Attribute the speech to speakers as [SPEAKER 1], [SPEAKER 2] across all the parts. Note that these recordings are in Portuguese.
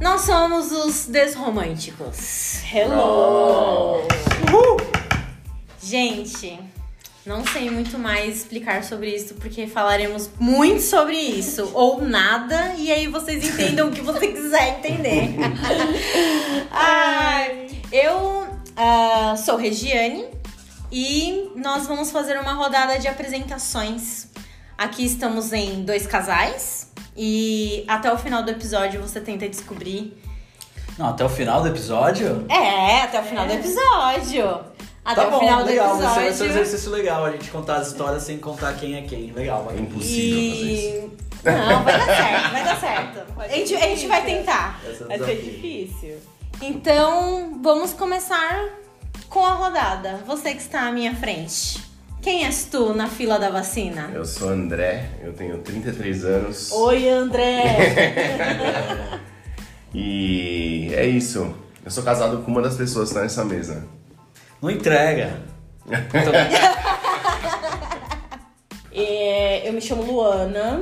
[SPEAKER 1] Nós somos os desromânticos. Hello! Uhul! Gente, não sei muito mais explicar sobre isso, porque falaremos muito sobre isso, ou nada, e aí vocês entendam o que você quiser entender. Ai, eu ah, sou Regiane e nós vamos fazer uma rodada de apresentações. Aqui estamos em dois casais e até o final do episódio você tenta descobrir.
[SPEAKER 2] Não, até o final do episódio?
[SPEAKER 1] É, até o final do episódio! Até
[SPEAKER 2] tá
[SPEAKER 1] o
[SPEAKER 2] bom,
[SPEAKER 1] final
[SPEAKER 2] legal.
[SPEAKER 1] do
[SPEAKER 2] Você vai
[SPEAKER 1] episódio.
[SPEAKER 2] ser um exercício legal, a gente contar as histórias sem contar quem é quem. Legal, vai.
[SPEAKER 3] Impossível fazer isso.
[SPEAKER 1] Não, vai dar certo, vai dar certo. A gente, a gente vai tentar.
[SPEAKER 2] Essa é o
[SPEAKER 4] Vai ser
[SPEAKER 2] desafio.
[SPEAKER 4] difícil.
[SPEAKER 1] Então, vamos começar com a rodada. Você que está à minha frente. Quem és tu na fila da vacina?
[SPEAKER 3] Eu sou André, eu tenho 33 anos.
[SPEAKER 4] Oi, André!
[SPEAKER 3] E é isso. Eu sou casado com uma das pessoas que tá nessa mesa.
[SPEAKER 2] Não entrega.
[SPEAKER 4] É, eu me chamo Luana,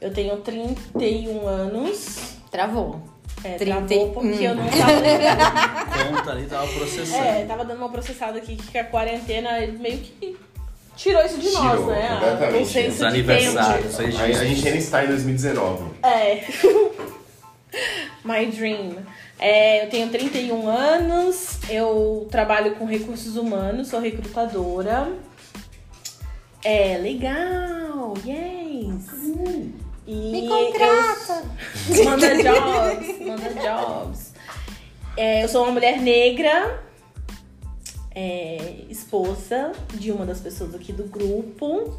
[SPEAKER 4] eu tenho 31 anos.
[SPEAKER 1] Travou.
[SPEAKER 4] É,
[SPEAKER 1] 30
[SPEAKER 2] um.
[SPEAKER 4] travou porque eu não tava.
[SPEAKER 2] Conta ali, tava processando.
[SPEAKER 4] é,
[SPEAKER 1] tá
[SPEAKER 4] tava dando uma processada aqui que a quarentena meio que tirou isso de
[SPEAKER 3] Tirou,
[SPEAKER 4] nós, né? Ah,
[SPEAKER 3] completamente.
[SPEAKER 4] o senso
[SPEAKER 3] Os
[SPEAKER 2] Os
[SPEAKER 4] de
[SPEAKER 2] aniversários,
[SPEAKER 3] A,
[SPEAKER 2] aí
[SPEAKER 3] a gente ainda
[SPEAKER 2] gente.
[SPEAKER 3] está em 2019.
[SPEAKER 4] tempo. É. My dream. É, eu tenho 31 anos, eu trabalho com recursos humanos, sou recrutadora. É legal! Yes! E
[SPEAKER 1] Me
[SPEAKER 4] eu
[SPEAKER 1] contrata!
[SPEAKER 4] Manda jobs, manda jobs. É, eu sou uma mulher negra, é, esposa de uma das pessoas aqui do grupo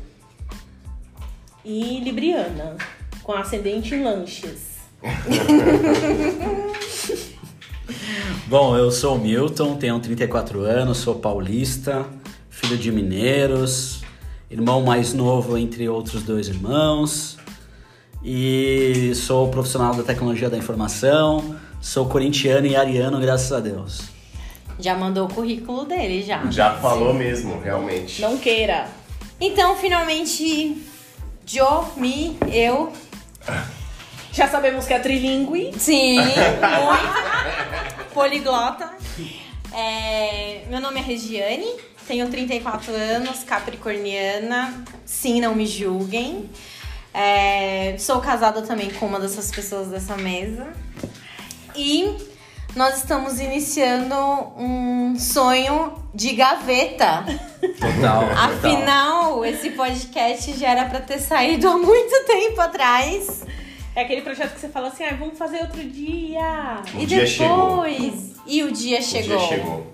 [SPEAKER 4] e libriana, com ascendente em lanches.
[SPEAKER 2] Bom, eu sou o Milton, tenho 34 anos, sou paulista, filho de mineiros, irmão mais novo entre outros dois irmãos. E sou profissional da tecnologia da informação, sou corintiano e ariano, graças a Deus.
[SPEAKER 1] Já mandou o currículo dele, já.
[SPEAKER 3] Já falou mesmo, realmente.
[SPEAKER 4] Não queira.
[SPEAKER 1] Então, finalmente, Jo, me, eu.
[SPEAKER 4] Já sabemos que é trilingue.
[SPEAKER 1] Sim, muito. Poliglota. É, meu nome é Regiane, tenho 34 anos, capricorniana. Sim, não me julguem. É, sou casada também com uma dessas pessoas dessa mesa. E nós estamos iniciando um sonho de gaveta.
[SPEAKER 2] Total.
[SPEAKER 3] Então.
[SPEAKER 1] Afinal, esse podcast já era pra ter saído há muito tempo atrás.
[SPEAKER 4] É aquele projeto que você fala assim, ah, vamos fazer outro dia.
[SPEAKER 3] O
[SPEAKER 1] e
[SPEAKER 3] dia
[SPEAKER 1] depois.
[SPEAKER 3] chegou.
[SPEAKER 1] E o dia
[SPEAKER 3] O
[SPEAKER 1] chegou.
[SPEAKER 3] dia chegou.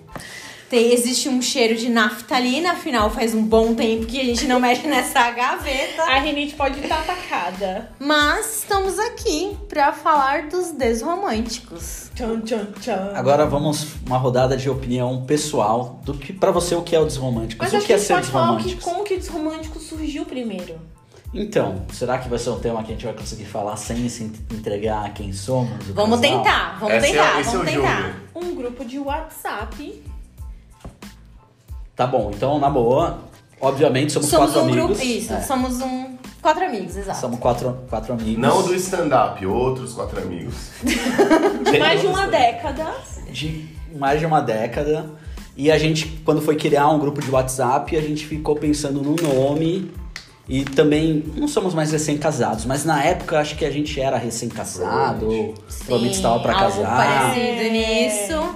[SPEAKER 1] Tem, existe um cheiro de naftalina, afinal, faz um bom tempo que a gente não mexe nessa gaveta.
[SPEAKER 4] A Renite pode estar atacada.
[SPEAKER 1] Mas estamos aqui pra falar dos desromânticos.
[SPEAKER 4] Tchan, tchan, tchan.
[SPEAKER 2] Agora vamos uma rodada de opinião pessoal do que para você o que é o desromântico,
[SPEAKER 4] Mas
[SPEAKER 2] o que
[SPEAKER 4] acho que
[SPEAKER 2] é
[SPEAKER 4] a gente
[SPEAKER 2] ser
[SPEAKER 4] pode falar o
[SPEAKER 2] desromântico.
[SPEAKER 4] que, como que o desromântico surgiu primeiro.
[SPEAKER 2] Então, será que vai ser um tema que a gente vai conseguir falar sem se entregar a quem somos? o
[SPEAKER 1] Vamos
[SPEAKER 2] casal?
[SPEAKER 1] tentar, vamos
[SPEAKER 3] Esse é-
[SPEAKER 1] tentar,
[SPEAKER 3] esse é o
[SPEAKER 1] vamos tentar.
[SPEAKER 3] jogo.
[SPEAKER 4] Um grupo de WhatsApp
[SPEAKER 2] Tá bom, então na boa, obviamente somos,
[SPEAKER 1] somos um
[SPEAKER 2] quatro amigos.
[SPEAKER 1] grupo. Isso,
[SPEAKER 2] É,
[SPEAKER 1] somos um. Quatro amigos, exato.
[SPEAKER 2] somos quatro, quatro amigos.
[SPEAKER 3] Não do stand-up, outros quatro amigos.
[SPEAKER 4] de mais de uma década.
[SPEAKER 2] de mais de uma década. E a gente, quando foi criar um grupo de WhatsApp, a gente ficou pensando no nome. E também não somos mais recém-casados, mas na época acho que a gente era recém-casado, ou provavelmente estava pra
[SPEAKER 1] algo
[SPEAKER 2] casar.
[SPEAKER 1] parecido
[SPEAKER 3] Ah.
[SPEAKER 4] É.
[SPEAKER 1] nisso.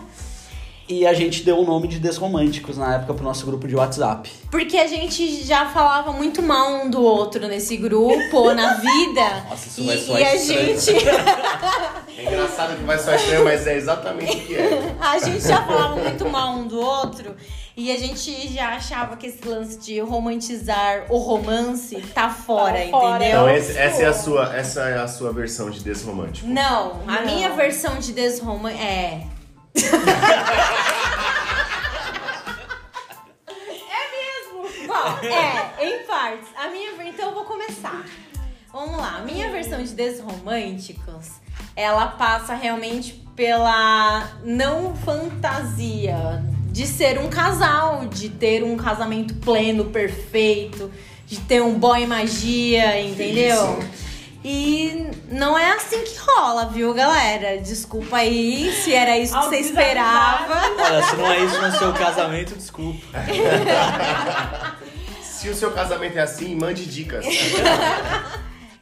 [SPEAKER 2] E a gente deu o nome de Desromânticos na época pro nosso grupo de WhatsApp.
[SPEAKER 1] Porque a gente já falava muito mal um do outro nesse grupo, na vida.
[SPEAKER 2] Nossa, isso
[SPEAKER 1] e,
[SPEAKER 2] vai soar
[SPEAKER 1] e a
[SPEAKER 2] estranho.
[SPEAKER 1] gente,
[SPEAKER 3] É engraçado que vai só estranho, mas é exatamente o que é.
[SPEAKER 1] a gente já falava muito mal um do outro. E a gente já achava que esse lance de romantizar o romance tá fora,
[SPEAKER 4] Tá fora.
[SPEAKER 1] entendeu?
[SPEAKER 3] Então esse- essa é a sua, essa é a sua versão de desromântico.
[SPEAKER 1] Não, a
[SPEAKER 4] Não.
[SPEAKER 1] minha versão de desroma é. é mesmo? Bom, é, em partes. A minha, ver- então eu vou começar. Vamos lá, a minha versão de desromânticos, ela passa realmente pela não fantasia de ser um casal, de ter um casamento pleno, perfeito, de ter um boy magia, entendeu?
[SPEAKER 3] Isso.
[SPEAKER 1] E não é assim que rola, viu, galera? Desculpa aí se era isso que você
[SPEAKER 4] Aos
[SPEAKER 1] esperava.
[SPEAKER 2] Olha, se não é isso no seu casamento, desculpa.
[SPEAKER 3] Se o seu casamento é assim, mande dicas.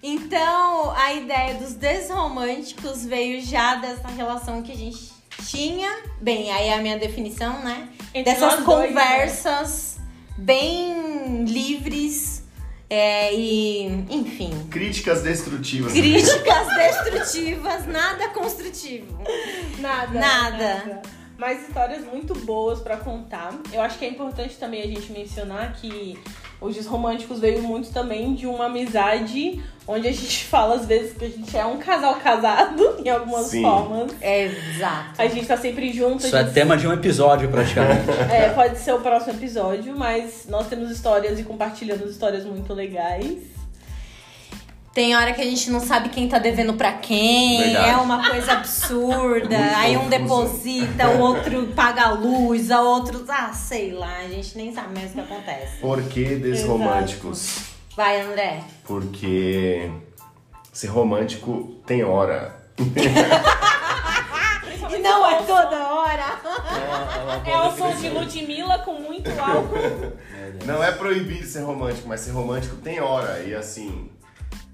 [SPEAKER 1] Então, a ideia dos desromânticos veio já dessa relação que a gente tinha. Bem, aí é a minha definição, né?
[SPEAKER 4] Entre
[SPEAKER 1] Dessas
[SPEAKER 4] nós dois, né?
[SPEAKER 1] conversas bem livres é, e, enfim,
[SPEAKER 3] Críticas destrutivas.
[SPEAKER 1] críticas destrutivas, nada construtivo.
[SPEAKER 4] Nada,
[SPEAKER 1] Nada.
[SPEAKER 4] Mas histórias muito boas pra contar. Eu acho que é importante também a gente mencionar que os desromânticos veio muito também de uma amizade onde a gente fala às vezes que a gente é um casal casado, em algumas
[SPEAKER 3] Sim.
[SPEAKER 4] formas.
[SPEAKER 1] É, exato.
[SPEAKER 4] A gente tá sempre junto. a
[SPEAKER 5] Isso é
[SPEAKER 4] gente-
[SPEAKER 5] tema de um episódio praticamente.
[SPEAKER 4] é, pode ser o próximo episódio, mas nós temos histórias e compartilhamos histórias muito legais.
[SPEAKER 1] Tem hora que a gente não sabe quem tá devendo pra quem,
[SPEAKER 3] Verdade.
[SPEAKER 1] é uma coisa absurda.
[SPEAKER 3] Muito
[SPEAKER 1] aí um
[SPEAKER 3] confuso.
[SPEAKER 1] deposita, o outro paga a luz, a outro. Ah, sei lá, a gente nem sabe mais o que acontece.
[SPEAKER 3] Por que desromânticos?
[SPEAKER 1] Vai, André.
[SPEAKER 3] Porque ser romântico tem hora.
[SPEAKER 1] E não é toda hora.
[SPEAKER 4] É o som de Ludmilla com muito álcool.
[SPEAKER 3] Não é proibido ser romântico, mas ser romântico tem hora. E assim,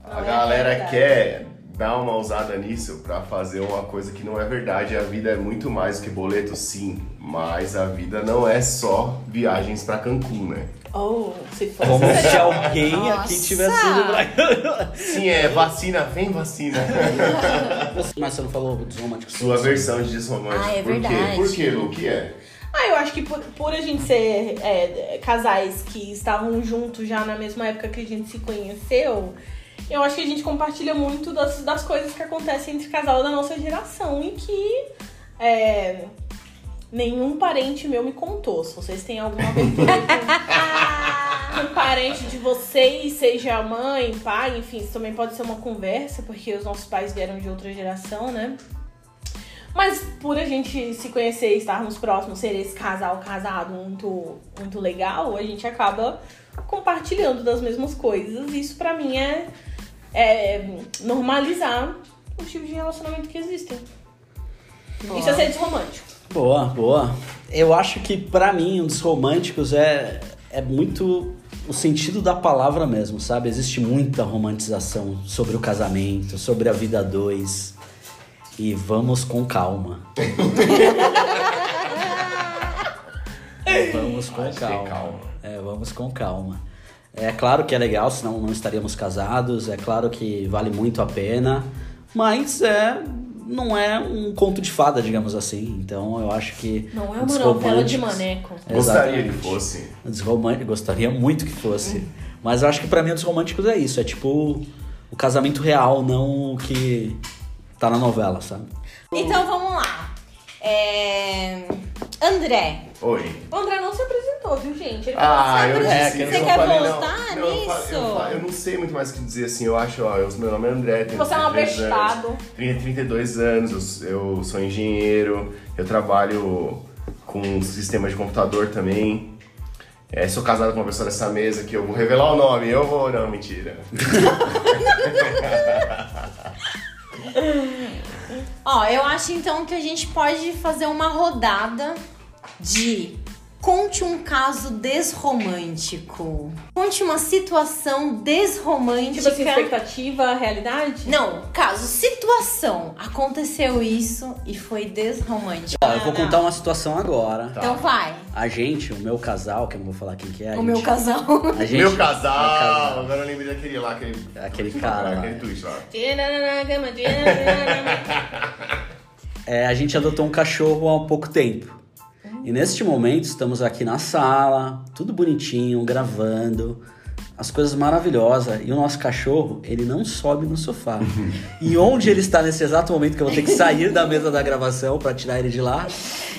[SPEAKER 4] Não
[SPEAKER 3] a
[SPEAKER 4] é
[SPEAKER 3] galera
[SPEAKER 4] verdade.
[SPEAKER 3] quer dar uma ousada nisso pra fazer uma coisa que não é verdade. A vida é muito mais que boleto, sim. Mas a vida não é só viagens pra Cancún, né?
[SPEAKER 4] Oh, se fosse.
[SPEAKER 2] Como se alguém
[SPEAKER 1] Nossa.
[SPEAKER 2] aqui tivesse sido pra...
[SPEAKER 3] Sim, é vacina, vem vacina.
[SPEAKER 5] Mas você não falou dos românticos.
[SPEAKER 3] Sua versão de desromântico.
[SPEAKER 1] Ah, é
[SPEAKER 3] Por quê?
[SPEAKER 1] verdade.
[SPEAKER 3] Por quê? Lu? O que é?
[SPEAKER 4] Ah, eu acho que por, por a gente ser é, casais que estavam juntos já na mesma época que a gente se conheceu, eu acho que a gente compartilha muito das, das coisas que acontecem entre casal da nossa geração e que é, nenhum parente meu me contou. Se vocês têm alguma aventura com, com parente de vocês, seja mãe, pai, enfim, isso também pode ser uma conversa, porque os nossos pais vieram de outra geração, né? Mas por a gente se conhecer e estarmos próximos, ser esse casal casado muito, muito legal, a gente acaba compartilhando das mesmas coisas. Isso pra mim é, é normalizar os tipos de relacionamento que existem. Isso é ser desromântico.
[SPEAKER 2] Boa, boa. Eu acho que pra mim um dos românticos é é muito o sentido da palavra mesmo, sabe? Existe muita romantização sobre o casamento, sobre a vida a dois. E vamos com calma. vamos com
[SPEAKER 3] Acho que é
[SPEAKER 2] calma.
[SPEAKER 3] calma.
[SPEAKER 2] É, vamos com calma. É claro que é legal, senão não estaríamos casados. É claro que vale muito a pena, mas é não é um conto de fada, digamos assim. Então eu acho que
[SPEAKER 4] Não é
[SPEAKER 2] os
[SPEAKER 4] uma novela de
[SPEAKER 2] românticos-
[SPEAKER 4] maneco.
[SPEAKER 3] Gostaria que
[SPEAKER 2] Exatamente.
[SPEAKER 3] fosse.
[SPEAKER 2] Os român- Gostaria muito que fosse. Mas eu acho que pra mim os românticos é isso. É tipo o casamento real, não o que tá na novela, sabe?
[SPEAKER 1] Então vamos lá. É... André.
[SPEAKER 3] Oi.
[SPEAKER 4] O André não se apresentou, viu, gente? Ele
[SPEAKER 3] Ah, eu
[SPEAKER 1] Sabe,
[SPEAKER 3] disse.
[SPEAKER 1] você
[SPEAKER 3] eu
[SPEAKER 1] quer
[SPEAKER 3] não falei, não.
[SPEAKER 1] voltar
[SPEAKER 3] Não, eu fa- Eu,
[SPEAKER 1] nisso?
[SPEAKER 3] fa- eu não sei muito mais o que dizer, assim. Eu acho, ó, eu, meu nome é André, tenho
[SPEAKER 4] Você é um
[SPEAKER 3] 33
[SPEAKER 4] abestado.
[SPEAKER 3] anos, 30, 32 anos, eu, eu sou engenheiro, eu trabalho com sistema de computador também. É, sou casado com uma pessoa dessa mesa que eu vou revelar o nome, eu vou... Não, mentira.
[SPEAKER 1] Ó, eu acho então que a gente pode fazer uma rodada de conte um caso desromântico. Conte uma situação desromântica.
[SPEAKER 4] Tipo assim, expectativa, realidade?
[SPEAKER 1] Não, caso, situação. Aconteceu isso e foi desromântico.
[SPEAKER 2] Ó, eu vou contar uma situação agora.
[SPEAKER 3] Tá.
[SPEAKER 1] Então vai.
[SPEAKER 2] A gente, o meu casal, que eu não vou falar quem que é. a
[SPEAKER 1] O meu
[SPEAKER 2] gente-
[SPEAKER 1] casal.
[SPEAKER 2] a gente- meu
[SPEAKER 3] meu casal!
[SPEAKER 2] casal.
[SPEAKER 3] Agora eu lembrei daquele lá, aquele...
[SPEAKER 2] Aquele cara lá.
[SPEAKER 3] Aquele twist lá.
[SPEAKER 2] É, a gente adotou um cachorro há pouco tempo. E neste momento estamos aqui na sala, tudo bonitinho, gravando, as coisas maravilhosas. E o nosso cachorro, ele não sobe no sofá. e onde ele está nesse exato momento que eu vou ter que sair da mesa da gravação pra tirar ele de lá?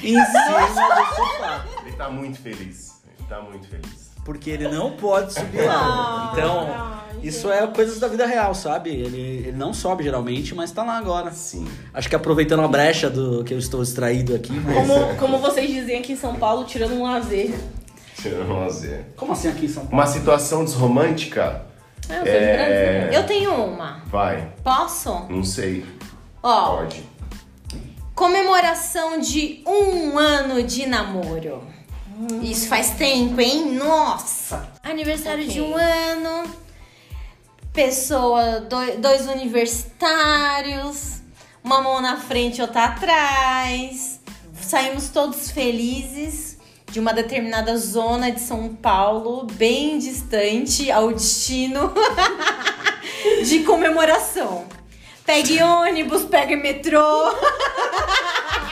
[SPEAKER 2] Em cima do sofá.
[SPEAKER 3] Ele tá muito feliz, ele tá muito feliz.
[SPEAKER 2] Porque ele não pode subir lá. Então, isso é coisas da vida real, sabe? Ele, ele não sobe geralmente, mas tá lá agora.
[SPEAKER 3] Sim.
[SPEAKER 2] Acho que aproveitando a brecha do que eu estou distraído aqui, mas...
[SPEAKER 4] Como, como vocês dizem aqui em São Paulo, tirando um lazer.
[SPEAKER 3] Tirando um lazer.
[SPEAKER 2] Como assim aqui em São Paulo?
[SPEAKER 3] Uma situação desromântica
[SPEAKER 1] É,
[SPEAKER 4] Ah,
[SPEAKER 3] É,
[SPEAKER 4] eu sou de Brasília.
[SPEAKER 1] né? Eu tenho uma.
[SPEAKER 3] Vai,
[SPEAKER 1] Posso?
[SPEAKER 3] não sei.
[SPEAKER 1] Ó,
[SPEAKER 3] Pode.
[SPEAKER 1] comemoração de um ano de namoro. Isso faz tempo, hein? Nossa! Aniversário
[SPEAKER 4] Ok.
[SPEAKER 1] de um ano, pessoa, do- dois universitários, uma mão na frente e outra atrás. Saímos todos felizes de uma determinada zona de São Paulo, bem distante ao destino de comemoração. Pegue ônibus, pegue metrô.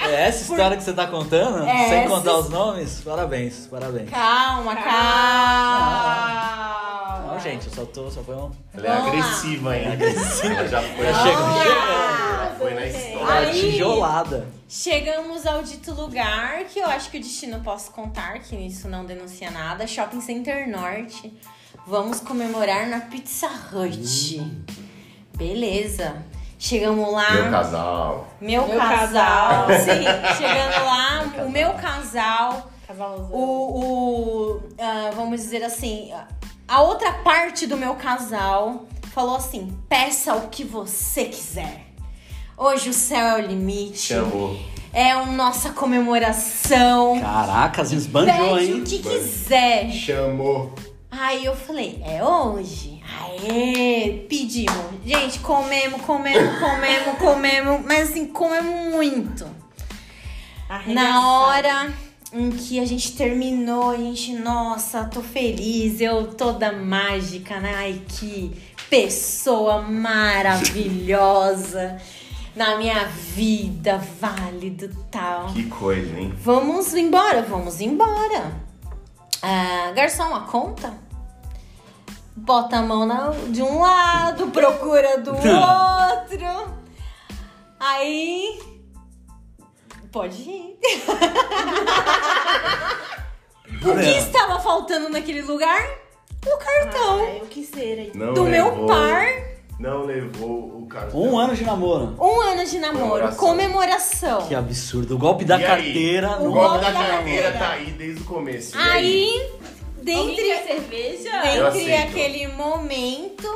[SPEAKER 6] É essa história que você tá contando?
[SPEAKER 1] É
[SPEAKER 6] Sem
[SPEAKER 1] essa-
[SPEAKER 6] contar os nomes? Parabéns, parabéns.
[SPEAKER 1] Calma, calma.
[SPEAKER 6] Não, gente, eu só tô, só foi um.
[SPEAKER 3] Ela é
[SPEAKER 1] Vamos lá.
[SPEAKER 3] agressiva, hein? Ela já foi.
[SPEAKER 6] Já chegou chegando.
[SPEAKER 3] Ela foi na história.
[SPEAKER 1] Aí.
[SPEAKER 6] Tijolada.
[SPEAKER 1] Chegamos ao dito lugar, que eu acho que o destino posso contar, que isso não denuncia nada. Shopping Center Norte. Vamos comemorar na Pizza Hut. Beleza. Chegamos lá.
[SPEAKER 3] Meu casal.
[SPEAKER 1] Meu
[SPEAKER 4] Meu
[SPEAKER 1] casal.
[SPEAKER 4] casal.
[SPEAKER 1] Sim, chegando lá, o meu casal.
[SPEAKER 4] Casalzão.
[SPEAKER 1] o, o, ah, vamos dizer assim, a outra parte do meu casal falou assim: peça o que você quiser. Hoje o céu é o limite.
[SPEAKER 3] Chamou.
[SPEAKER 1] É a nossa comemoração.
[SPEAKER 2] Caracas, esbanjou,
[SPEAKER 1] Pede
[SPEAKER 2] hein?
[SPEAKER 1] o que quiser.
[SPEAKER 3] Chamou.
[SPEAKER 1] Aí eu falei, é hoje. Aê, pedimos. Gente, comemos, comemos, comemos, comemos. Mas assim, comemos muito. Na hora em que a gente terminou, a gente, nossa, tô feliz, eu toda mágica, né? Ai, que pessoa maravilhosa na minha vida, válido tal.
[SPEAKER 3] Que coisa, hein?
[SPEAKER 1] Vamos embora, vamos embora. Ah, garçom, a conta? Bota a mão na- de um lado, procura do outro. Aí. Pode ir. o que estava faltando naquele lugar? O cartão
[SPEAKER 4] Ai, o que será isso?
[SPEAKER 3] Não
[SPEAKER 1] do meu
[SPEAKER 3] levou-
[SPEAKER 1] par.
[SPEAKER 3] Não levou o cartão.
[SPEAKER 2] Um ano de namoro.
[SPEAKER 1] Um ano de namoro,
[SPEAKER 3] Comemoração.
[SPEAKER 1] comemoração.
[SPEAKER 2] Que absurdo. O golpe da
[SPEAKER 3] E aí?
[SPEAKER 2] carteira
[SPEAKER 3] O
[SPEAKER 2] no
[SPEAKER 3] golpe
[SPEAKER 1] golpe
[SPEAKER 3] da
[SPEAKER 1] da
[SPEAKER 3] carteira
[SPEAKER 1] carteira.
[SPEAKER 3] tá aí desde o começo. E
[SPEAKER 1] Aí,
[SPEAKER 4] Alguém
[SPEAKER 1] dentre.
[SPEAKER 4] quer cerveja?
[SPEAKER 3] Eu
[SPEAKER 1] Entre
[SPEAKER 3] aceito.
[SPEAKER 1] aquele momento,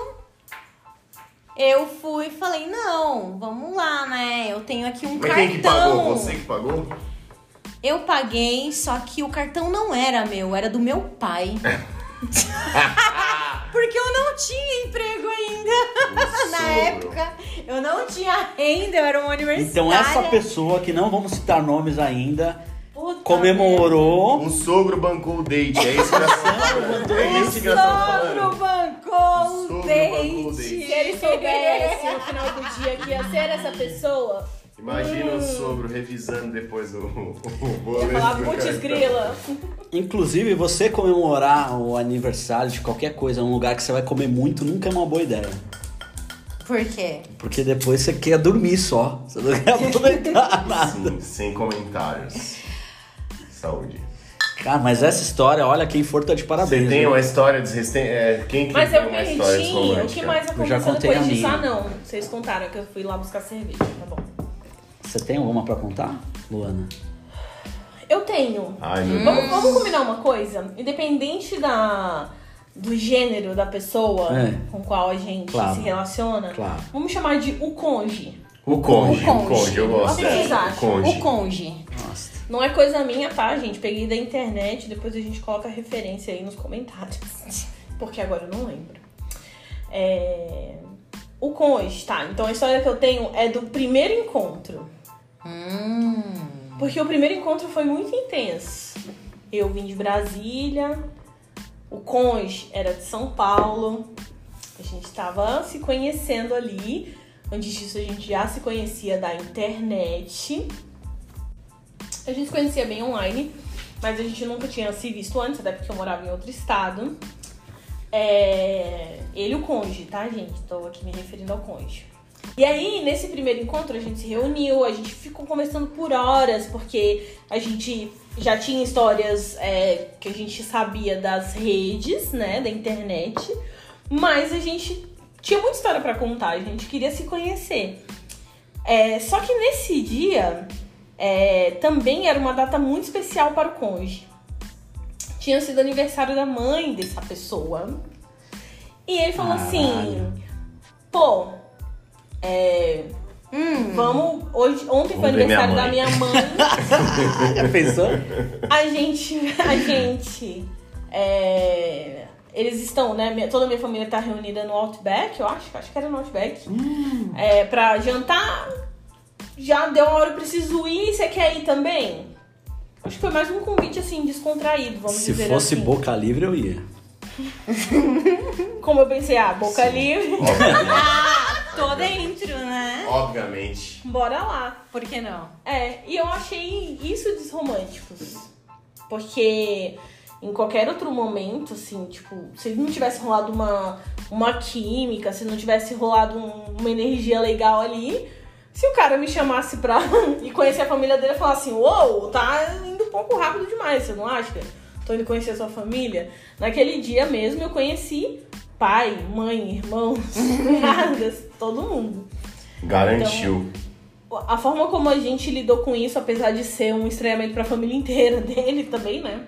[SPEAKER 1] eu fui e falei, não, vamos lá, né? Eu tenho aqui um
[SPEAKER 3] Mas
[SPEAKER 1] cartão.
[SPEAKER 3] quem que pagou? Você que pagou?
[SPEAKER 1] Eu paguei, só que o cartão não era meu, era do meu pai. Porque eu não tinha emprego ainda.
[SPEAKER 3] Isso.
[SPEAKER 1] Na época, eu não tinha renda, eu era uma universitária.
[SPEAKER 2] Então essa pessoa, que não vamos citar nomes ainda,
[SPEAKER 4] Puta
[SPEAKER 2] comemorou.
[SPEAKER 3] Um sogro bancou o date, é isso que nós estamos falando. É isso que nós estamos
[SPEAKER 1] Um Sogro
[SPEAKER 3] falando. Um
[SPEAKER 1] bancou o
[SPEAKER 3] Sogro bancou o
[SPEAKER 1] dente.
[SPEAKER 4] Se ele soubesse no final do dia que ia ser essa pessoa,
[SPEAKER 3] Imagina o sogro revisando depois o, o, o
[SPEAKER 4] Hum. ia
[SPEAKER 3] boleto.
[SPEAKER 4] falar, um
[SPEAKER 3] do
[SPEAKER 4] putz,
[SPEAKER 2] então."
[SPEAKER 3] cartão.
[SPEAKER 4] grila.
[SPEAKER 2] Inclusive, você comemorar o aniversário de qualquer coisa, um lugar que você vai comer muito, nunca é uma boa ideia.
[SPEAKER 1] Por quê?
[SPEAKER 2] Porque depois você quer dormir só. Você não quer aproveitar nada.
[SPEAKER 3] Sim, sem comentários. Saúde.
[SPEAKER 2] Cara, mas essa história, olha quem for tá de
[SPEAKER 3] Você
[SPEAKER 2] parabéns.
[SPEAKER 3] tem um-
[SPEAKER 2] né?
[SPEAKER 3] uma história desrestem... é, Quem que
[SPEAKER 4] Mas
[SPEAKER 3] tem
[SPEAKER 4] eu
[SPEAKER 3] uma história
[SPEAKER 4] perguntinho, o que
[SPEAKER 3] desromântica?
[SPEAKER 4] mais
[SPEAKER 2] é Eu já
[SPEAKER 4] aconteceu
[SPEAKER 2] contei a
[SPEAKER 4] depois disso?
[SPEAKER 2] minha.
[SPEAKER 4] Ah, não. Vocês contaram que eu fui lá buscar cerveja, tá bom.
[SPEAKER 2] Você tem alguma pra contar, Luana?
[SPEAKER 4] Eu tenho.
[SPEAKER 3] Ai, meu Deus.
[SPEAKER 2] Hum.
[SPEAKER 4] Vamos, vamos combinar uma coisa? Independente da, do gênero da pessoa
[SPEAKER 2] É.
[SPEAKER 4] com qual a gente
[SPEAKER 2] Claro.
[SPEAKER 4] se relaciona,
[SPEAKER 2] Claro.
[SPEAKER 4] vamos chamar de o conge.
[SPEAKER 3] O conge, o conge, eu
[SPEAKER 4] O
[SPEAKER 3] gosto.
[SPEAKER 4] que vocês
[SPEAKER 3] dessa.
[SPEAKER 4] acham?
[SPEAKER 1] O conge.
[SPEAKER 2] Nossa.
[SPEAKER 4] Não é coisa minha, tá, gente? Peguei da internet, depois a gente coloca a referência aí nos comentários. Porque agora eu não lembro. É, O conge, tá? Então a história que eu tenho é do primeiro encontro.
[SPEAKER 1] Hum.
[SPEAKER 4] Porque o primeiro encontro foi muito intenso. Eu vim de Brasília, o Conge era de São Paulo, a gente tava se conhecendo ali. Antes disso, a gente já se conhecia da internet. A gente se conhecia bem online, mas a gente nunca tinha se visto antes, até porque eu morava em outro estado. É... Ele, o Conge, tá, gente? Tô aqui me referindo ao Conge. E aí, nesse primeiro encontro, a gente se reuniu, a gente ficou conversando por horas, porque a gente já tinha histórias é, que a gente sabia das redes, né, da internet, mas a gente tinha muita história pra contar, a gente queria se conhecer. É, só que nesse dia é, também era uma data muito especial para o cônjuge. Tinha sido aniversário da mãe dessa pessoa. E ele falou assim: pô, é,
[SPEAKER 1] Hum.
[SPEAKER 4] vamos. Hoje, ontem foi
[SPEAKER 3] Vamos ver minha
[SPEAKER 4] aniversário da
[SPEAKER 3] mãe."
[SPEAKER 4] minha mãe.
[SPEAKER 2] Já pensou?
[SPEAKER 4] A gente. A gente. é, eles estão, né? minha- toda a minha família tá reunida no Outback, eu acho, acho que era no Outback.
[SPEAKER 3] Hum.
[SPEAKER 4] É, pra jantar. Já deu uma hora, eu preciso ir. Você quer ir também? Acho que foi mais um convite assim, descontraído, vamos
[SPEAKER 2] Se
[SPEAKER 4] dizer
[SPEAKER 2] fosse
[SPEAKER 4] assim.
[SPEAKER 2] boca livre, eu ia.
[SPEAKER 4] Como eu pensei, ah, boca livre,
[SPEAKER 3] Obviamente.
[SPEAKER 1] Tô dentro, né?
[SPEAKER 3] Obviamente.
[SPEAKER 4] bora lá.
[SPEAKER 1] Por que não?
[SPEAKER 4] É, e eu achei isso desromânticos. Porque em qualquer outro momento, assim, tipo, se não tivesse rolado uma, uma química, se não tivesse rolado um- uma energia legal ali, se o cara me chamasse pra e conhecer a família dele e falar assim, uou, tá indo um pouco rápido demais, você não acha? Tô indo conhecer a sua família. Naquele dia mesmo eu conheci pai, mãe, irmãos, cunhadas, todo mundo Então,
[SPEAKER 3] Garantiu.
[SPEAKER 4] a forma como a gente lidou com isso, apesar de ser um estranhamento pra família inteira dele também, né?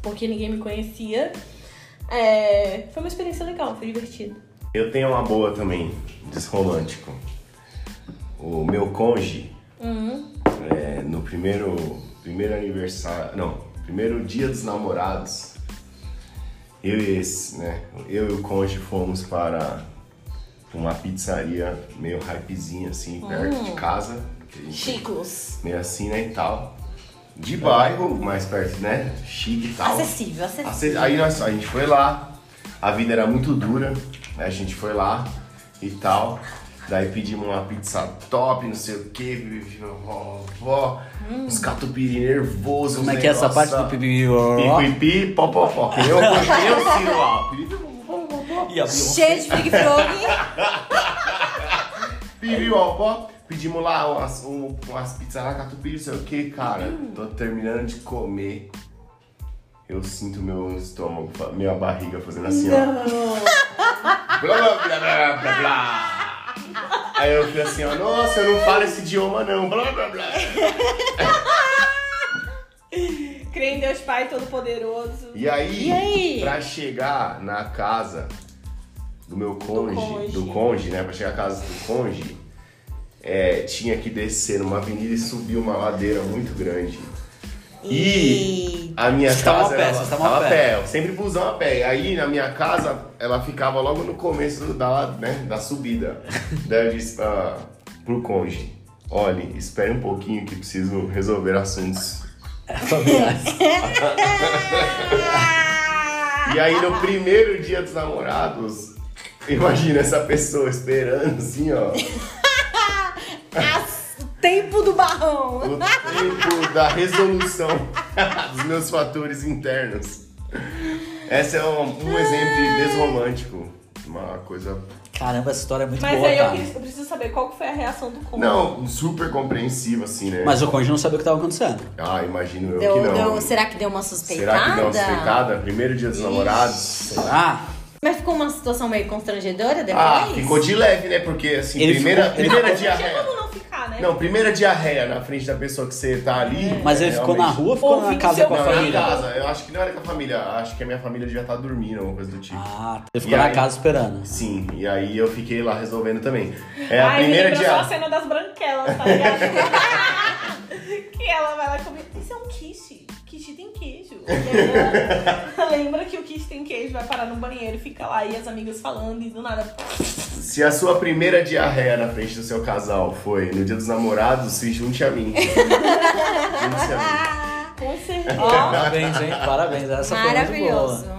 [SPEAKER 4] Porque ninguém me conhecia. é, foi uma experiência legal, foi divertido.
[SPEAKER 3] Eu tenho uma boa também, desromântico. O meu cônjuge, é, no primeiro, primeiro aniversário. Não, primeiro dia dos namorados, eu e esse, né? Eu e o cônjuge fomos para uma pizzaria meio hypezinha assim, perto de casa. que a gente-
[SPEAKER 4] Chicos.
[SPEAKER 3] Meio assim, né? E tal. De bairro, mais perto, né? Chique e tal.
[SPEAKER 1] Acessível, acessível.
[SPEAKER 3] Ace- Aí nós- a gente foi lá, a vida era muito dura, né? a gente foi lá e tal. Daí pedimos uma pizza top, não sei o que, vovó, uns catupiry nervoso.
[SPEAKER 2] Hum. Como
[SPEAKER 3] uns
[SPEAKER 2] é que é essa
[SPEAKER 3] negócio
[SPEAKER 2] parte do pipi? ó, ó?
[SPEAKER 3] Pipipi, popopó. Que Eu gostei, eu tiro lá. Pipipi, popopó.
[SPEAKER 2] E a Beyoncé?
[SPEAKER 1] Cheio de Big Frog.
[SPEAKER 3] Pipipi, popopó. Pedimos lá umas, um- umas pizzas lá, catupiry, não sei o que, cara.
[SPEAKER 2] Hum.
[SPEAKER 3] Tô terminando de comer. Eu sinto meu estômago, fa- minha barriga fazendo assim, ó. blá blá blá blá blá blá. Aí eu fui assim, ó, nossa, eu não falo esse idioma não, blá blá blá.
[SPEAKER 4] Creio em Deus Pai Todo-Poderoso.
[SPEAKER 3] E aí,
[SPEAKER 1] E aí?
[SPEAKER 3] pra chegar na casa do meu cônjuge,
[SPEAKER 4] cônjuge.
[SPEAKER 3] do cônjuge, né? Pra chegar na casa do cônjuge, é, tinha que descer numa avenida e subir uma ladeira muito grande. E a minha
[SPEAKER 2] Você tava
[SPEAKER 3] casa
[SPEAKER 2] a pé,
[SPEAKER 3] era-
[SPEAKER 2] você tava a
[SPEAKER 3] tava
[SPEAKER 2] pé.
[SPEAKER 3] a pé, eu sempre busão a pé. E aí na minha casa ela ficava logo no começo da, né, da subida. Daí eu disse pra, pro cônjuge, olhe, espere um pouquinho que preciso resolver assuntos
[SPEAKER 2] um
[SPEAKER 1] Ah!
[SPEAKER 3] E aí no primeiro dia dos namorados, imagina essa pessoa esperando assim, ó,
[SPEAKER 1] Tempo do barrão.
[SPEAKER 3] o tempo da resolução dos meus fatores internos. Essa é um, um exemplo de desromântico. Uma coisa.
[SPEAKER 6] Caramba, essa história é muito
[SPEAKER 4] Mas
[SPEAKER 6] boa,
[SPEAKER 4] aí eu,
[SPEAKER 6] cara.
[SPEAKER 4] quis- eu preciso saber qual que foi a reação do cônjuge.
[SPEAKER 3] Não, super compreensiva, assim, né?
[SPEAKER 2] Mas o cônjuge não sabia o que estava acontecendo.
[SPEAKER 3] Ah, imagino eu
[SPEAKER 1] Deu-
[SPEAKER 3] que não.
[SPEAKER 1] deu- será que deu uma
[SPEAKER 3] Será
[SPEAKER 1] suspeitada?
[SPEAKER 3] que deu uma suspeitada? Primeiro dia dos namorados.
[SPEAKER 2] Ah,
[SPEAKER 1] Mas ficou uma situação meio constrangedora depois?
[SPEAKER 3] Ah, ficou de leve, né? Porque assim,
[SPEAKER 2] Ele
[SPEAKER 3] primeira,
[SPEAKER 2] ficou- ele
[SPEAKER 3] primeira
[SPEAKER 4] Não tinha
[SPEAKER 3] diarreia.
[SPEAKER 4] como não ficar, né?
[SPEAKER 3] Não, primeira diarreia na frente da pessoa que você tá ali.
[SPEAKER 2] mas ele
[SPEAKER 3] é,
[SPEAKER 2] ficou na
[SPEAKER 3] realmente-
[SPEAKER 2] rua ou ficou
[SPEAKER 4] Ouvi
[SPEAKER 2] na
[SPEAKER 4] do
[SPEAKER 2] casa
[SPEAKER 4] seu
[SPEAKER 2] com a
[SPEAKER 3] Não, na
[SPEAKER 2] família?
[SPEAKER 3] casa. Eu acho que não era com a família. Acho que a minha família devia estar dormindo, alguma coisa do tipo.
[SPEAKER 2] Ah, ele
[SPEAKER 3] E
[SPEAKER 2] ficou na
[SPEAKER 3] aí?
[SPEAKER 2] casa esperando.
[SPEAKER 3] Sim, e aí eu fiquei lá resolvendo também. É a
[SPEAKER 4] Ai,
[SPEAKER 3] primeira
[SPEAKER 4] me lembrou só a
[SPEAKER 3] dia.
[SPEAKER 4] cena das branquelas, tá ligado? que ela vai lá comer. Isso é um quiche. Quiche tem queijo. E aí ela lembra que o quiche tem queijo, vai parar no banheiro e fica lá e as amigas falando e do nada.
[SPEAKER 3] Se a sua primeira diarreia na frente do seu casal foi no dia dos namorados, se junte a mim. junte a mim.
[SPEAKER 4] Com certeza.
[SPEAKER 2] Parabéns, hein? Parabéns. Essa foi muito
[SPEAKER 1] Maravilhoso.
[SPEAKER 2] boa.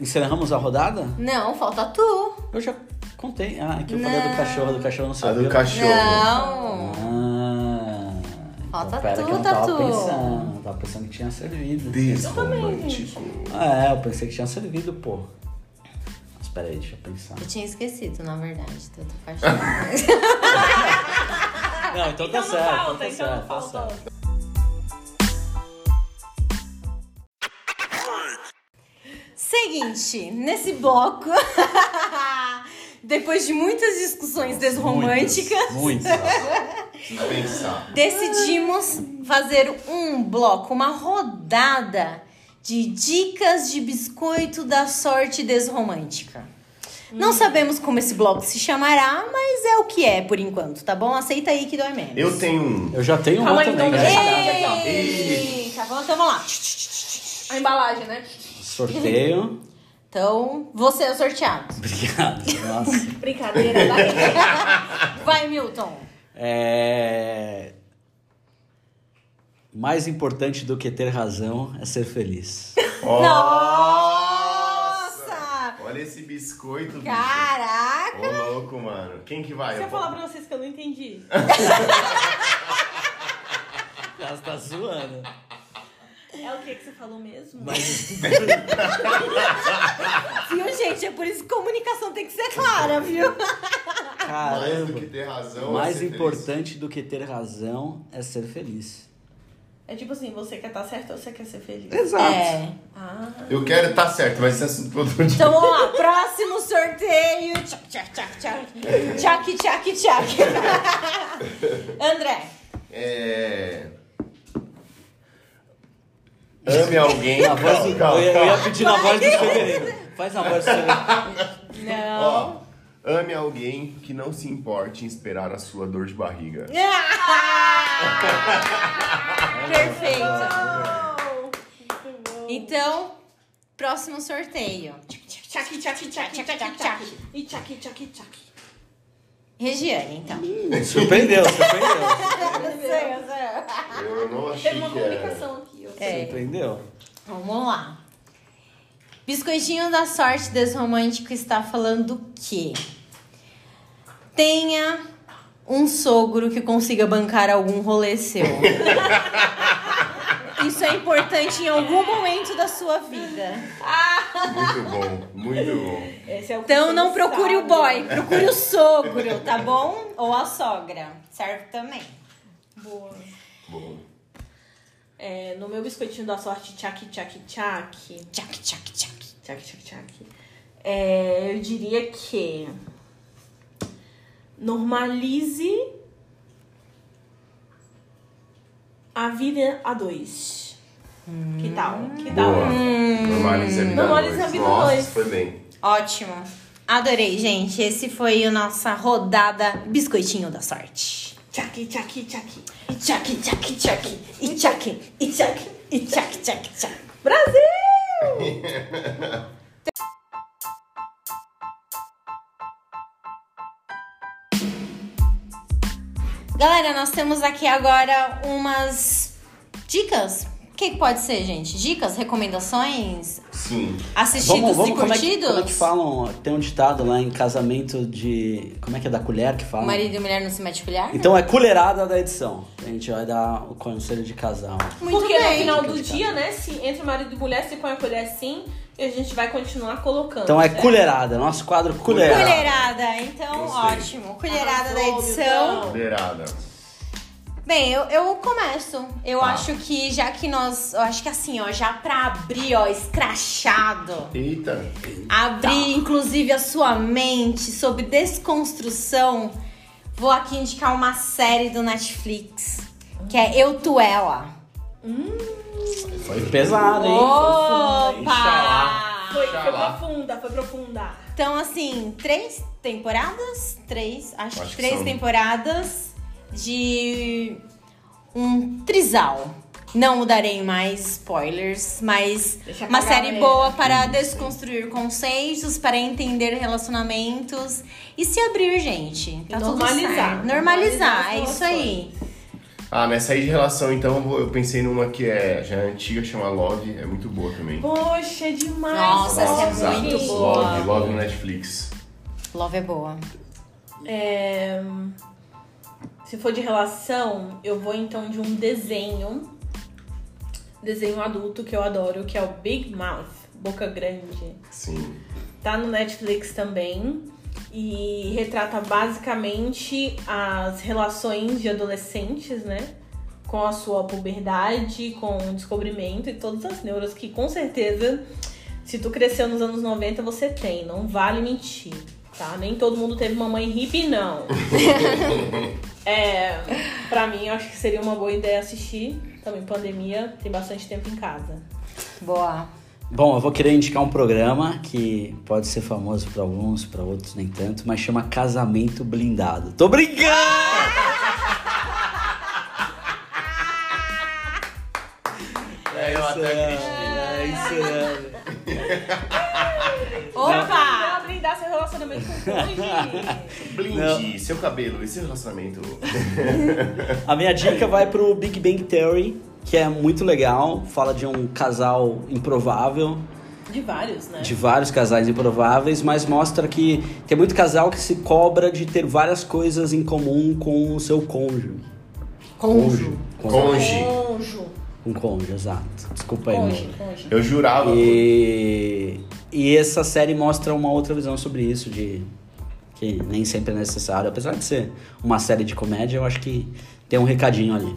[SPEAKER 2] Encerramos a rodada?
[SPEAKER 1] Não, falta tu.
[SPEAKER 2] Eu já contei. Ah, que eu falei
[SPEAKER 1] Não.
[SPEAKER 2] do cachorro, do cachorro não
[SPEAKER 3] A
[SPEAKER 2] serviu.
[SPEAKER 3] do cachorro.
[SPEAKER 1] Não.
[SPEAKER 2] Ah,
[SPEAKER 1] Falta
[SPEAKER 2] então, pera,
[SPEAKER 1] tu,
[SPEAKER 2] que eu não tava
[SPEAKER 1] Tatu.
[SPEAKER 2] pensando. Eu Tava pensando que tinha servido.
[SPEAKER 3] Desromântico.
[SPEAKER 2] Ah, é, eu pensei que tinha servido, pô. Mas peraí, deixa eu pensar.
[SPEAKER 1] Eu tinha esquecido, na verdade, do teu cachorro.
[SPEAKER 2] Não, então,
[SPEAKER 4] Então
[SPEAKER 2] tá
[SPEAKER 4] não
[SPEAKER 2] certo.
[SPEAKER 4] falta,
[SPEAKER 2] tá
[SPEAKER 4] então
[SPEAKER 2] certo,
[SPEAKER 4] não
[SPEAKER 2] tá
[SPEAKER 4] falta.
[SPEAKER 2] certo.
[SPEAKER 1] Seguinte, nesse bloco, depois de muitas discussões desromânticas,
[SPEAKER 2] Muitos.
[SPEAKER 3] Preciso pensar.
[SPEAKER 1] decidimos fazer um bloco, uma rodada de dicas de biscoito da sorte desromântica. Não sabemos como esse bloco se chamará, mas é o que é por enquanto, tá bom? Aceita aí que dói menos.
[SPEAKER 3] Eu tenho Tá, um.
[SPEAKER 5] Eu já tenho um
[SPEAKER 4] Calma aí,
[SPEAKER 5] também.
[SPEAKER 4] então,
[SPEAKER 5] né?
[SPEAKER 4] deixa
[SPEAKER 1] Eita, vamos- então vamos lá.
[SPEAKER 4] A embalagem, né?
[SPEAKER 5] Sorteio.
[SPEAKER 1] Então, você é o sorteado.
[SPEAKER 5] Obrigado. Nossa.
[SPEAKER 4] Brincadeira, vai.
[SPEAKER 1] Vai, Milton.
[SPEAKER 5] É... Mais importante do que ter razão é ser feliz.
[SPEAKER 1] Nossa!
[SPEAKER 3] Olha esse biscoito, bicho.
[SPEAKER 1] Caraca!
[SPEAKER 3] Ô, louco, mano. Quem que vai?
[SPEAKER 4] Se eu
[SPEAKER 3] Eu
[SPEAKER 4] falar
[SPEAKER 3] vou-
[SPEAKER 4] pra vocês que eu não entendi.
[SPEAKER 5] Ela tá zoando.
[SPEAKER 4] É o que que você falou mesmo?
[SPEAKER 1] Viu, gente? É por isso que comunicação tem que ser clara, viu?
[SPEAKER 3] Mais do que
[SPEAKER 5] Caramba.
[SPEAKER 3] ter razão. é
[SPEAKER 5] Mais
[SPEAKER 3] ser feliz.
[SPEAKER 5] importante do que ter razão é ser feliz.
[SPEAKER 4] É tipo assim, você quer estar certo ou você quer ser feliz?
[SPEAKER 5] Exato.
[SPEAKER 1] É.
[SPEAKER 4] Ah,
[SPEAKER 3] Eu quero estar certo, mas esse assunto todo dia.
[SPEAKER 1] Então vamos lá, próximo sorteio. Tchac, tchac, tchac, tchac. Tchac, tchac, tchac. André.
[SPEAKER 5] Então-
[SPEAKER 3] É. Ame alguém.
[SPEAKER 5] Na voz do...
[SPEAKER 3] Calma,
[SPEAKER 5] eu, ia- eu
[SPEAKER 3] calma.
[SPEAKER 5] ia pedir na voz do fevereiro. Faz na voz do fevereiro.
[SPEAKER 1] Não.
[SPEAKER 3] Ó, ame alguém que não se importe em esperar a sua dor de barriga.
[SPEAKER 1] Ah! Perfeito. Então, próximo sorteio.
[SPEAKER 4] Tchac, tchac, tchac, tchac, tchac, tchac. E tchac, tchac, tchac.
[SPEAKER 1] Regiane, então.
[SPEAKER 5] Surpreendeu, surpreendeu.
[SPEAKER 3] Eu não
[SPEAKER 4] Ah,
[SPEAKER 3] achei
[SPEAKER 4] Teve uma
[SPEAKER 3] que era.
[SPEAKER 4] comunicação aqui. ó.
[SPEAKER 1] É,
[SPEAKER 5] Surpreendeu.
[SPEAKER 1] vamos lá. Biscoitinho da sorte desromântico está falando que tenha um sogro que consiga bancar algum rolê seu. Isso é importante em algum momento da sua vida.
[SPEAKER 3] Muito bom, muito bom.
[SPEAKER 4] Esse é o que
[SPEAKER 1] Então
[SPEAKER 4] você
[SPEAKER 1] não procure o
[SPEAKER 4] sabe.
[SPEAKER 1] boy, procure o sogro, tá bom? Ou a sogra, serve também.
[SPEAKER 4] Boa.
[SPEAKER 3] Bom.
[SPEAKER 4] É, no meu biscoitinho da sorte, tchac, tchac, tchac.
[SPEAKER 1] Tchac, tchac, tchac.
[SPEAKER 4] Tchac, tchac, tchac. É, eu diria que normalize a vida a dois. Que tal?
[SPEAKER 5] Tá.
[SPEAKER 4] Que tal?
[SPEAKER 3] Boa. Normalize a vida
[SPEAKER 4] Normalize
[SPEAKER 3] dois.
[SPEAKER 4] a vida
[SPEAKER 3] Nossa,
[SPEAKER 4] dois.
[SPEAKER 3] foi bem.
[SPEAKER 1] Ótimo. Adorei, gente. Esse foi a nossa rodada Biscoitinho da Sorte.
[SPEAKER 4] Tchac, tchac, tchac.
[SPEAKER 1] E tchac, tchac, tchac. E tchac, e tchac, e tchac, tchac, tchac.
[SPEAKER 4] Brasil!
[SPEAKER 1] Galera, nós temos aqui agora umas dicas. O que que pode ser, gente? Dicas, recomendações,
[SPEAKER 3] Sim.
[SPEAKER 1] assistidos
[SPEAKER 5] como, é
[SPEAKER 1] e
[SPEAKER 5] que,
[SPEAKER 1] curtidos?
[SPEAKER 5] como é que falam? Tem um ditado lá em casamento de. Como é que é da colher que fala?
[SPEAKER 1] Marido e mulher não se mete colher?
[SPEAKER 5] Então é colherada da edição. A gente vai dar o conselho de casal.
[SPEAKER 1] Muito
[SPEAKER 4] Porque
[SPEAKER 1] bem.
[SPEAKER 4] no final do dia, né, se entre marido e mulher, se põe a colher assim, e a gente vai continuar colocando.
[SPEAKER 5] Então é
[SPEAKER 4] né?
[SPEAKER 5] colherada, nosso quadro colherada.
[SPEAKER 1] Colherada, então
[SPEAKER 3] Gostei.
[SPEAKER 1] ótimo. Colherada da
[SPEAKER 4] Arrasou, então.
[SPEAKER 1] edição.
[SPEAKER 4] Milton.
[SPEAKER 3] Liderada.
[SPEAKER 1] Bem, eu, eu começo. Eu
[SPEAKER 5] Tá.
[SPEAKER 1] acho que já que nós. Eu acho que assim, ó, já pra abrir, ó, escrachado.
[SPEAKER 3] Eita.
[SPEAKER 1] Abrir, inclusive, a sua mente sobre desconstrução. Vou aqui indicar uma série do Netflix. Que é Eu Tu Ela.
[SPEAKER 5] Foi pesado, hein?
[SPEAKER 1] Opa!
[SPEAKER 4] Foi, foi
[SPEAKER 3] Xalá.
[SPEAKER 4] profunda, foi profunda.
[SPEAKER 1] Então, assim, três temporadas? Três, acho,
[SPEAKER 3] Acho
[SPEAKER 1] que
[SPEAKER 3] que
[SPEAKER 1] três
[SPEAKER 3] são.
[SPEAKER 1] temporadas de um trisal. Não mudarei mais spoilers, mas
[SPEAKER 4] Deixa
[SPEAKER 1] uma
[SPEAKER 4] pra
[SPEAKER 1] série
[SPEAKER 4] galera.
[SPEAKER 1] boa para desconstruir conceitos, para entender relacionamentos e se abrir, gente. Tá tudo
[SPEAKER 4] normalizar.
[SPEAKER 1] certo.
[SPEAKER 4] Normalizar
[SPEAKER 1] Normalizar,
[SPEAKER 4] as
[SPEAKER 1] é isso aí.
[SPEAKER 3] Ah, nessa aí de relação, então, eu vou- eu pensei numa que é já é antiga, chama Love. É muito boa também.
[SPEAKER 4] Poxa, é demais.
[SPEAKER 1] Nossa, essa é
[SPEAKER 4] Lorde.
[SPEAKER 3] Exato.
[SPEAKER 1] muito boa.
[SPEAKER 3] Love, Love no Netflix.
[SPEAKER 1] Love é boa.
[SPEAKER 4] É, Se for de relação, eu vou então de um desenho. Desenho adulto que eu adoro, que é o Big Mouth, Boca Grande.
[SPEAKER 3] Sim.
[SPEAKER 4] Tá no Netflix também. E retrata basicamente as relações de adolescentes, né? Com a sua puberdade, com o descobrimento e todas as neuras que com certeza, se tu cresceu nos anos 90, você tem. Não vale mentir, tá? Nem todo mundo teve uma mãe hippie, não. é, pra mim, eu acho que seria uma boa ideia assistir. Também pandemia, tem bastante tempo em casa.
[SPEAKER 1] Boa.
[SPEAKER 2] Bom, eu vou querer indicar um programa que pode ser famoso pra alguns, pra outros nem tanto, mas chama Casamento Blindado. Tô brincando!
[SPEAKER 3] É, eu até acredito.
[SPEAKER 2] É isso, né?
[SPEAKER 1] Opa!
[SPEAKER 4] Pra brindar seu relacionamento com o Covid.
[SPEAKER 3] Blinde seu cabelo e seu relacionamento.
[SPEAKER 2] é. A minha dica vai pro Big Bang Theory, que é muito legal, fala de um casal improvável,
[SPEAKER 4] De vários, né?
[SPEAKER 2] de vários casais improváveis, mas mostra que tem muito casal que se cobra de ter várias coisas em comum com o seu cônjuge.
[SPEAKER 1] Cônjuge.
[SPEAKER 2] Com
[SPEAKER 3] Conge.
[SPEAKER 4] Conjo.
[SPEAKER 2] um cônjuge, exato. Desculpa aí,
[SPEAKER 4] Conjo,
[SPEAKER 2] meu.
[SPEAKER 4] conjo.
[SPEAKER 3] Eu jurava.
[SPEAKER 2] E, e essa série mostra uma outra visão sobre isso, de que nem sempre é necessário, apesar de ser uma série de comédia, eu acho que tem um recadinho ali.